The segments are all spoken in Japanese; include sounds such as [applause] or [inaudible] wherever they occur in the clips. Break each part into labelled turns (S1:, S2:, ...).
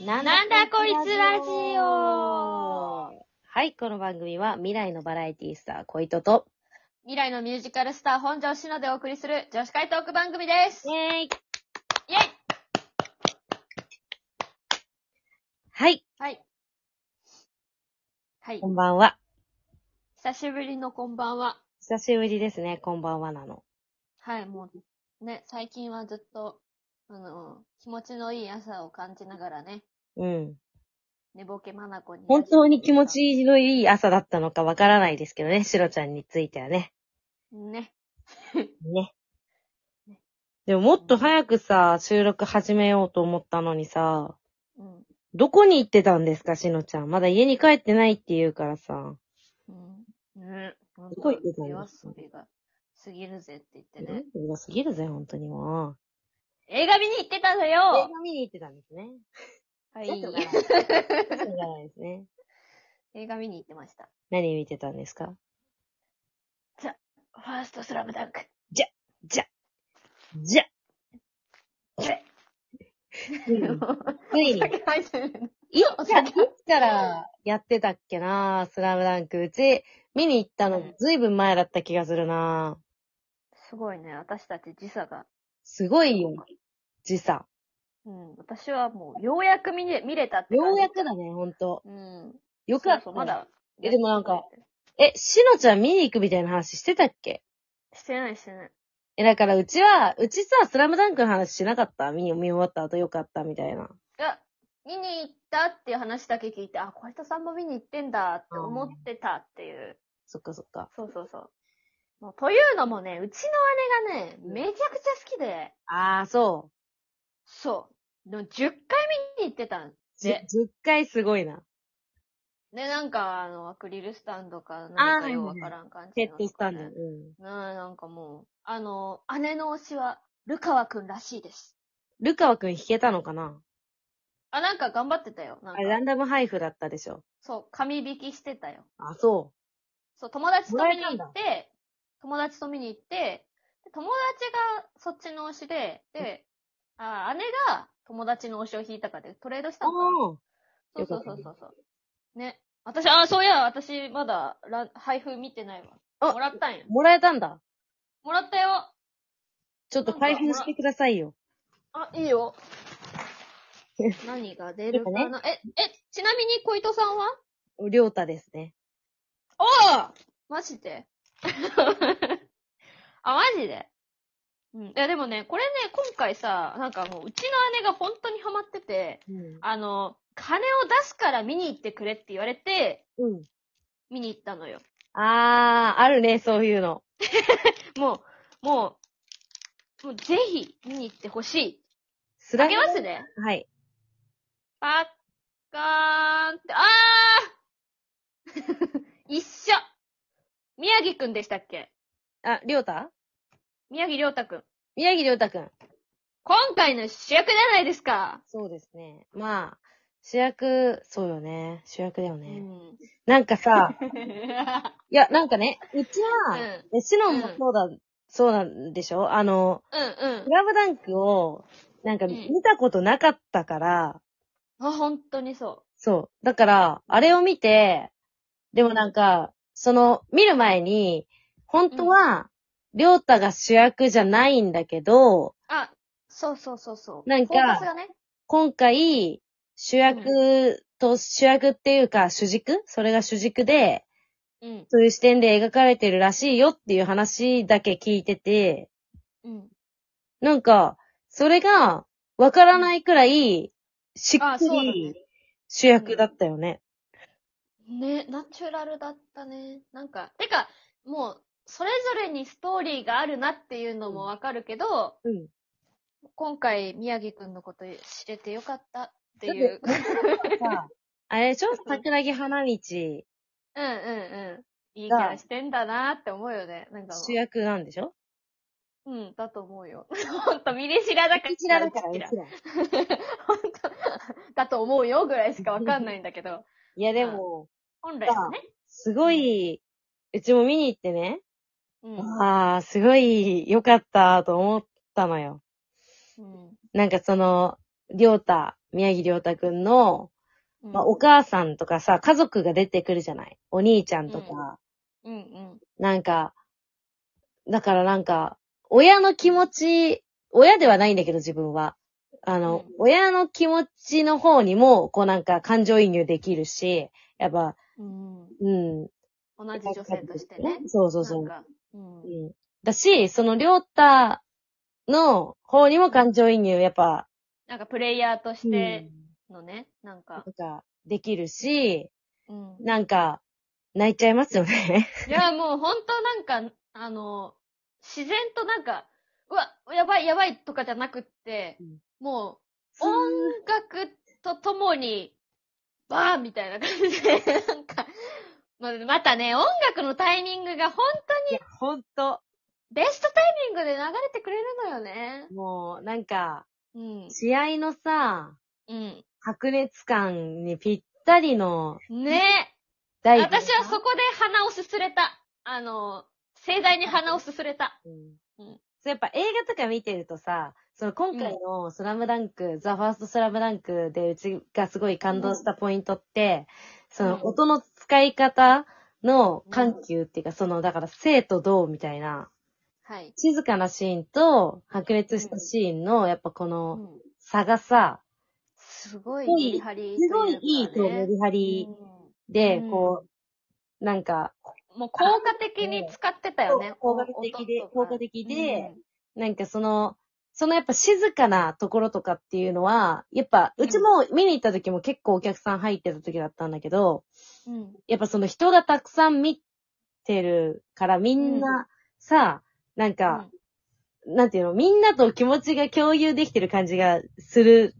S1: なんだこいつラジオ
S2: はい、この番組は未来のバラエティスター、小糸と、
S1: 未来のミュージカルスター本庄しのでお送りする女子会トーク番組です。
S2: ェーイ
S1: イェイ
S2: はい、
S1: はい。はい
S2: こ。んばんは。
S1: 久しぶりのこんばんは。
S2: 久しぶりですね、こんばんはなの。
S1: はい、もう、ね、最近はずっと、あの、気持ちのいい朝を感じながらね、
S2: うん。
S1: 寝ぼけまなこに。
S2: 本当に気持。ちのいい朝だったのかわからないですけどね、シロちゃんについてはね。
S1: ね。
S2: ね。でももっと早くさ、収録始めようと思ったのにさ、
S1: うん。
S2: どこに行ってたんですか、しのちゃん。まだ家に帰ってないって言うからさ。
S1: うん。ね。
S2: どこ行ってたの
S1: 夜遊びが過ぎるぜって言ってね。
S2: うざすぎるぜ、本当にもう。
S1: 映画見に行ってたの
S2: 映
S1: よ
S2: 画見に行ってたんですね。
S1: は
S2: ちょっと
S1: [laughs] い。
S2: そうじゃないですね。
S1: 映画見に行ってました。
S2: 何見てたんですか
S1: ファーストスラムダンク。
S2: じゃ
S1: こ [laughs] れ。
S2: ついに、
S1: [laughs]
S2: ついに、い
S1: 酒入ってる。
S2: つかいつからやってたっけなスラムダンク。うち、見に行ったのずいぶん前だった気がするな
S1: すごいね、私たち時差が。
S2: すごいよ、時差。
S1: うん、私はもう、ようやく見れ見れたって
S2: よ
S1: 感
S2: う
S1: じ。
S2: やくだね、ほんと。
S1: うん。
S2: よかった。
S1: そうそうま。だ。
S2: えでもなんか。え、しのちゃん見に行くみたいな話してたっけ
S1: してないしてない。
S2: え、だからうちは、うちさ、スラムダンクの話しなかった見、見終わった後よかったみたいな。
S1: いや、見に行ったっていう話だけ聞いて、あ、小人さんも見に行ってんだって思ってたっていう。
S2: そっかそっか。
S1: そうそうそう。もうというのもね、うちの姉がね、めちゃくちゃ好きで、
S2: あー、そう。
S1: そう。でも10回見に行ってたん
S2: じ
S1: で、
S2: 10回すごいな。
S1: で、なんか、あの、アクリルスタンドか、
S2: あ
S1: な
S2: ー
S1: んかよう
S2: は
S1: わ
S2: いはい
S1: からん感じ
S2: セ
S1: の
S2: ットしたんだ
S1: ね
S2: よ。うん。
S1: なあ、なんかもう、あの、姉の推しは、ルカワくんらしいです。
S2: ルカワくん弾けたのかな
S1: あ、なんか頑張ってたよ。なん
S2: あ
S1: か
S2: れ、ランダム配布だったでしょ。
S1: そう、紙引きしてたよ。
S2: あ、そ
S1: そう、友達と
S2: もら
S1: 見
S2: え
S1: に
S2: たんだ
S1: 行って、友達と見に行って、で友達がそっちの推しで、で、あ、姉が友達の推しを引いたからで、トレードし
S2: う。
S1: たのかな。
S2: おー
S1: そうそ
S2: よ
S1: う
S2: か
S1: そ
S2: ったね
S1: うそうそう。ね。私、あ、そういや、私、まだ、ら配布見てないわ。
S2: あ
S1: もらったんや。
S2: もらえたんだ。
S1: もらったよ。
S2: ちょっと開封してくださいよ。
S1: あ、いいよ。何が
S2: [laughs]
S1: 出るか
S2: やっ
S1: な、え、え、ちなみに小糸さんは
S2: りょうたですね。
S1: おおマジで [laughs] あ、マジでうん。いや、でもね、これね、今回さ、なんかもう、うちの姉が本当にハマってて、
S2: うん。
S1: あの、金を出すから見に行ってくれって言われて、
S2: うん。
S1: 見に行ったのよ。
S2: あー、あるね、そういうの。
S1: もう、もう、もうぜひ見に行ってほしい。
S2: ス
S1: あ
S2: ム
S1: げますね。
S2: はい。
S1: パッカーンって、あー [laughs] 一緒宮城くんでしたっけ
S2: あ、りょうた
S1: 宮城亮太くん。
S2: 宮城りょうたくん。
S1: 今回の主役じゃないですか
S2: そうですね。まあ、主役、そうよね。主役 [laughs] だよ
S1: う
S2: ね。
S1: ん。
S2: なんか
S1: [laughs]
S2: さ、
S1: う
S2: いや、なんかね、うちは、えシノンも
S1: うん
S2: そうだ、そうなんでしょあの、
S1: んうん
S2: ス。ラムダンクを、なんか
S1: うん
S2: 見たことなかったから、
S1: あ、本当にそ
S2: そう。だから、あれを見て、でもなんか、その、見る前に、本当は、りょうたが主役じゃないんだけど、
S1: う。あ、そうそうそうそう。
S2: なんか
S1: フォーカスがね。
S2: 今回、主役と、主役っていうか、主軸それが主軸で、
S1: うん。
S2: そういう視点で描かれてるらしいよっていう話だけ聞いてて、
S1: うん。
S2: なんか、それが、わからないくらい、し
S1: あ
S2: っく
S1: そうだね
S2: り主役だったよね。
S1: ね、ナチュラルだったね。なんか、てか、もう、それぞれにストーリーがあるなっていうのもわかるけど、
S2: うん。
S1: 今回、宮城くんのこと知れてよかったっていう。
S2: さあれでしょ桜木花道。
S1: うんうんうん。いいキャラしてんだなって思うよね。なんかも
S2: 主役なんでしょ
S1: う、うん、だと思うよ。 [laughs] ほんと、ミリ知らだから。
S2: 知らなかった。
S1: うちら
S2: い
S1: 本当だと思うよぐらいしかわかんないんだけど、
S2: や、でも、
S1: 本来はね。
S2: すごい、うちも見に行ってね、
S1: うん。
S2: ああ、すごい良かったと思ったのよ。
S1: うん
S2: なんかその、りょうた、宮城りょうたくんの、
S1: うん
S2: まあ、お母さんとかさ、家族が出てくるじゃないお兄ちゃんとか、
S1: うんうん。
S2: なんか、だからなんか、親の気持ち、親ではないんだけど自分は。あの、
S1: うん
S2: 親の気持ちの方にも、こうなんか感情移入できるし、やっぱ、
S1: うん、
S2: うん。
S1: 同じ女性としてね。
S2: そうそうそう。
S1: なんかうん
S2: うんだし、その、りょうたの方にも感情移入、やっぱ、
S1: なんかプレイヤーとし
S2: で
S1: てのね、なんか
S2: な。んか、できるし、
S1: うん、
S2: なんか、泣いちゃいますよね。
S1: いや、もう本当なんか、あの、自然となんか、うわ、やばいやばいとかじゃなくって、
S2: うん
S1: もう音
S2: [laughs]
S1: 楽とともに、バーンみたいな感じで、なんか、まあまたね、音楽のタイミングが本当
S2: ほんと、
S1: ベストタイミングで流れてくれるのよね。
S2: もう、なんか、
S1: うん。
S2: 試合のさ、
S1: うん。
S2: 白熱感にぴったりの
S1: ね
S2: 第一
S1: 私はそこで鼻をすすれた。あの、盛大に鼻をすすれた。
S2: うん
S1: うん
S2: そうやっぱ映画とか見てるとさ、その今回のスラムダンク、ザ・ファーストスラムダンクでうちがすごい感動したポイントって、その音の使い方の緩急っていうか、そのだから生と動みたいな、
S1: はい。
S2: 静かなシーンと白熱したシーンのやっぱこ
S1: う
S2: の
S1: ん、
S2: 差がさ、
S1: すごい
S2: すごい
S1: メリハリと
S2: す
S1: うか
S2: ご
S1: ね、
S2: いいいとメリハリ
S1: う
S2: で、
S1: うん
S2: こう、なんか、
S1: んもう効果的に使ってたよね。
S2: そう効果的で
S1: 音とか
S2: 効果的で、なんかその、そのやっぱ静かなところとかっていうのは、やっぱ、うちも見に行った時も結構お客さん入ってた時だったんだけど、
S1: うんうん
S2: やっぱその人がたくさん見てるからみんなさ、なんか、なんていうの、みんなと気持ちが共有できてる感じがする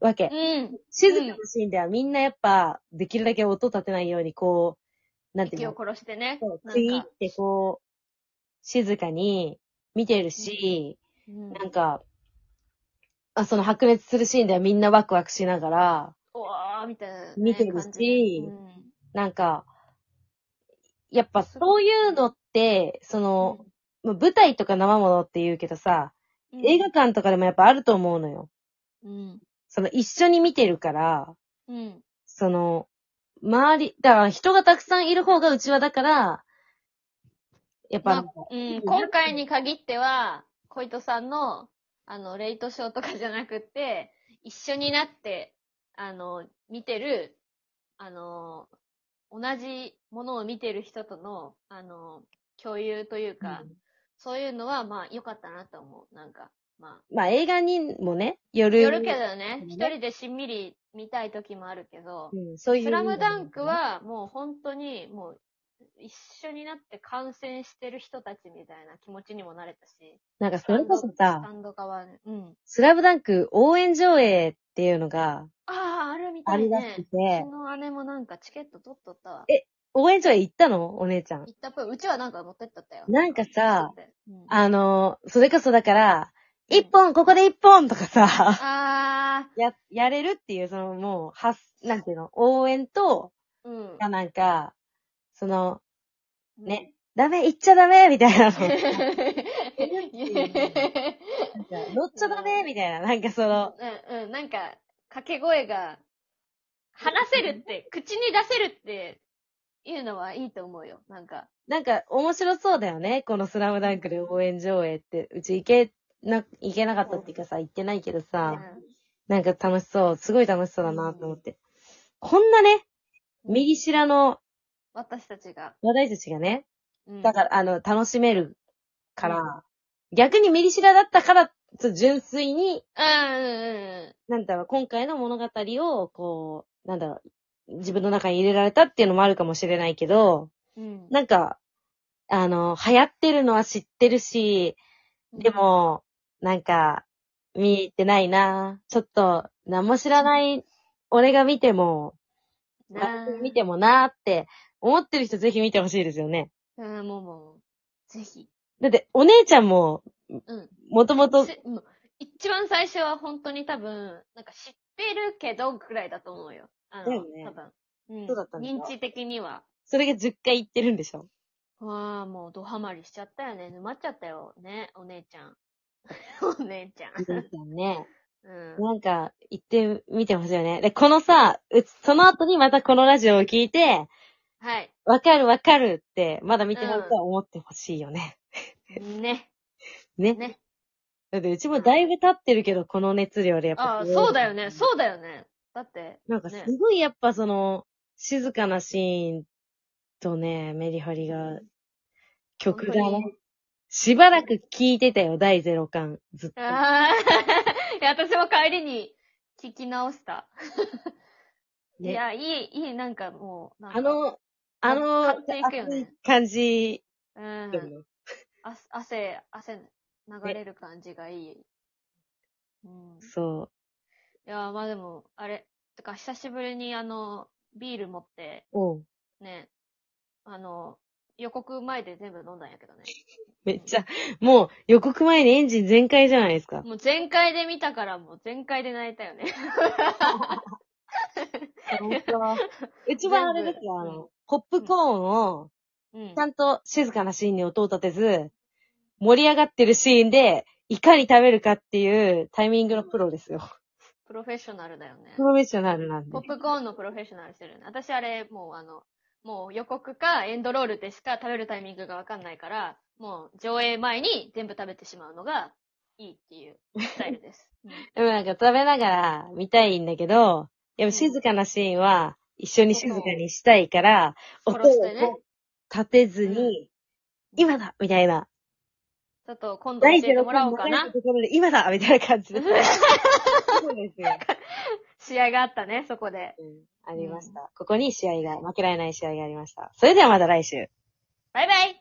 S2: わけ。
S1: うん。
S2: 静かなシーンではみんなやっぱ、できるだけ音立てないようにこう、なんていう
S1: 息
S2: の
S1: を、殺してね。
S2: そう
S1: なんか
S2: 区切ってこう、静かに見てるし、
S1: うん
S2: なんか、あ、その白熱するシーンではみんなワクワクしながら、
S1: うわーみたいなね。
S2: 見てるし
S1: 感じでうん
S2: なんか、やっぱそういうのって、その、まあ舞台とか生ものって言うけどさ、
S1: うん
S2: 映画館とかでもやっぱあると思うのよ。
S1: うん。
S2: その一緒に見てるから、
S1: うん。
S2: その、周り、だから人がたくさんいる方がうちはだから、やっぱ、
S1: まあうん、今回に限っては、小糸さんの、あの、レイトショーとかじゃなくて、一緒になって、あの、見てる、あの、同じものを見てる人との、あの、共有というか、そういうのは、まあ、良かったなと思う。なんか、ま
S2: まあ映画にもね、よ
S1: あ。
S2: る。
S1: よるけどね、
S2: うん
S1: 一人でしんみり見たい時もあるけど、
S2: うん、そういう。
S1: スラムダンク、は、もう本当に、もう、一緒になって観戦してる人たちみたいな気持ちにもなれたし。
S2: なんかそれこそ
S1: スタ
S2: さ、
S1: ンド側ね。うん。
S2: スラムダンク応援上映っていうのが、
S1: ああ、あるみた
S2: あ
S1: い
S2: りだ
S1: ね
S2: し。て
S1: うち、の姉もなんかチケット取っとったわ。
S2: 応援上映行ったのお姉ちゃん
S1: 行。ったっぽい。うちはなんか持ってったったよ。
S2: なんかさ、
S1: うん、あ
S2: あの、それこそだから、
S1: うん
S2: 一本、ここで一本とかさ、 [laughs]
S1: あ
S2: や、やれるっていう、そのもう、はす、なんていうの、応援と、
S1: ー、うん。
S2: なんか、その、ね
S1: ね。
S2: ダメ、行っちゃダメみた [laughs] いなの。なんか
S1: う
S2: 乗っちゃダメみたいな、なんかその、
S1: ん、 [laughs] うん、なんか、掛け声が、話せるって、口に出せるって、いうのはいいと思うよ。なんか。
S2: なんか面白そうだよね、このスラムダンクで応援上映って。うち行けな、行けなかったっていうかさ、行ってないけどさ、なんか楽しそう。すごい楽しそうだなと思って。こんなね、
S1: うん
S2: 右白の
S1: 私たちが。
S2: 私たちがね、
S1: うん
S2: だから、あの、楽しめるから、
S1: う
S2: 逆に右白だったから、そう純粋に、
S1: うんうんうん。
S2: なんだろう、今回の物語を、こう、なんだろう、自分の中に入れられたっていうのもあるかもしれないけど、
S1: うん
S2: なんか、あの、流行ってるのは知ってるし、で、も、なんか、見てないなちょっと、何も知らない、俺が見ても、
S1: なあ
S2: 見てもなーって思ってる人ぜひ見てほしいですよね。
S1: うん、もうもうもう、ぜひ。
S2: だってお姉ちゃんも、
S1: うん。
S2: もともと、
S1: せもう一番最初は本当に多分、なんか知ってるけどぐらいだと思うよ。あ
S2: だ
S1: の、
S2: よね
S1: 多分。うん。
S2: そうだったんだ
S1: 認知的には。
S2: それが10回行ってるんでしょ
S1: わあ、もうドハマりしちゃ [laughs] ったよね。沼っちゃったよね、お姉ちゃん。お姉ちゃ
S2: お姉ちゃんね。
S1: うん。
S2: なんか、行ってみてほしいよね。で、このさ、うその後にまたこのラジオを聞いて、
S1: はい。
S2: わかるわかるって、まだ見てないとは思ってほしいよね。
S1: ね。
S2: ね。
S1: ね
S2: だってうちもだいぶ経ってるけど、この熱量でやっぱ。
S1: ああ、そうだよね。そうだよね。だって、
S2: なんかす
S1: ね
S2: ごいやっぱその、静かなシーンとね、メリハリが、曲が
S1: 本
S2: ね、しばらく聴いてたよ、第0巻、ずっと。
S1: あ [laughs] あ、いや、私も帰りに聞き直した。 [laughs] い
S2: ね、
S1: や、いい、いい、なんかもう、なんか
S2: あ、の、あの、
S1: 完成いくよね
S2: 熱い感じ、
S1: う
S2: でも
S1: ん。あ汗、汗流れる感じがいい。うん。い
S2: そ
S1: や、まあでも、あれ、てか久しぶりにあの、ビール持って、
S2: う。うん。
S1: ね、あの、予告前で全部飲んだんやけどね。
S2: めっちゃ、もう予告前にエンジン全開じゃないですか。
S1: もう全開で見たからもう全開で泣いたよね。
S2: [laughs]
S1: [laughs]
S2: うちはあれですよ、あ
S1: 全部
S2: の、ポップコーンを、
S1: うん
S2: ち。ゃんと静かなシーンに音を立てず、盛り上がってるシーンで、いかに食べるかっていうタイミングのプロです
S1: [laughs]
S2: よ。
S1: プロフェッショナルだよね
S2: プ。ロフェッショナルなんで
S1: ポッ。プコーンのプロフェッショナルしてるね。私あれ、もうあの、もう予告かエンドロールでしか食べるタイミングがわかんないから、もう上映前に全部食べてしまうのがいいっていうスタイ
S2: [laughs]
S1: ルです。うん
S2: でもなんか食べながら見たいんだけど、やっぱ静かなシーンは一緒に静かにしたいから、音
S1: 殺
S2: を
S1: してね。
S2: 立てず
S1: う
S2: に、今だみたいな。
S1: ちょっと今度教
S2: 第
S1: えて
S2: 0
S1: もら
S2: 巻
S1: おう
S2: も
S1: か
S2: 書い
S1: な
S2: た。ところで今だみたいな感じ
S1: [laughs]
S2: です。そうですよ。
S1: 試合があったね、そこで。
S2: うんありました。ここに試合が、負けられない試合がありました。それではまた来週。
S1: バイバイ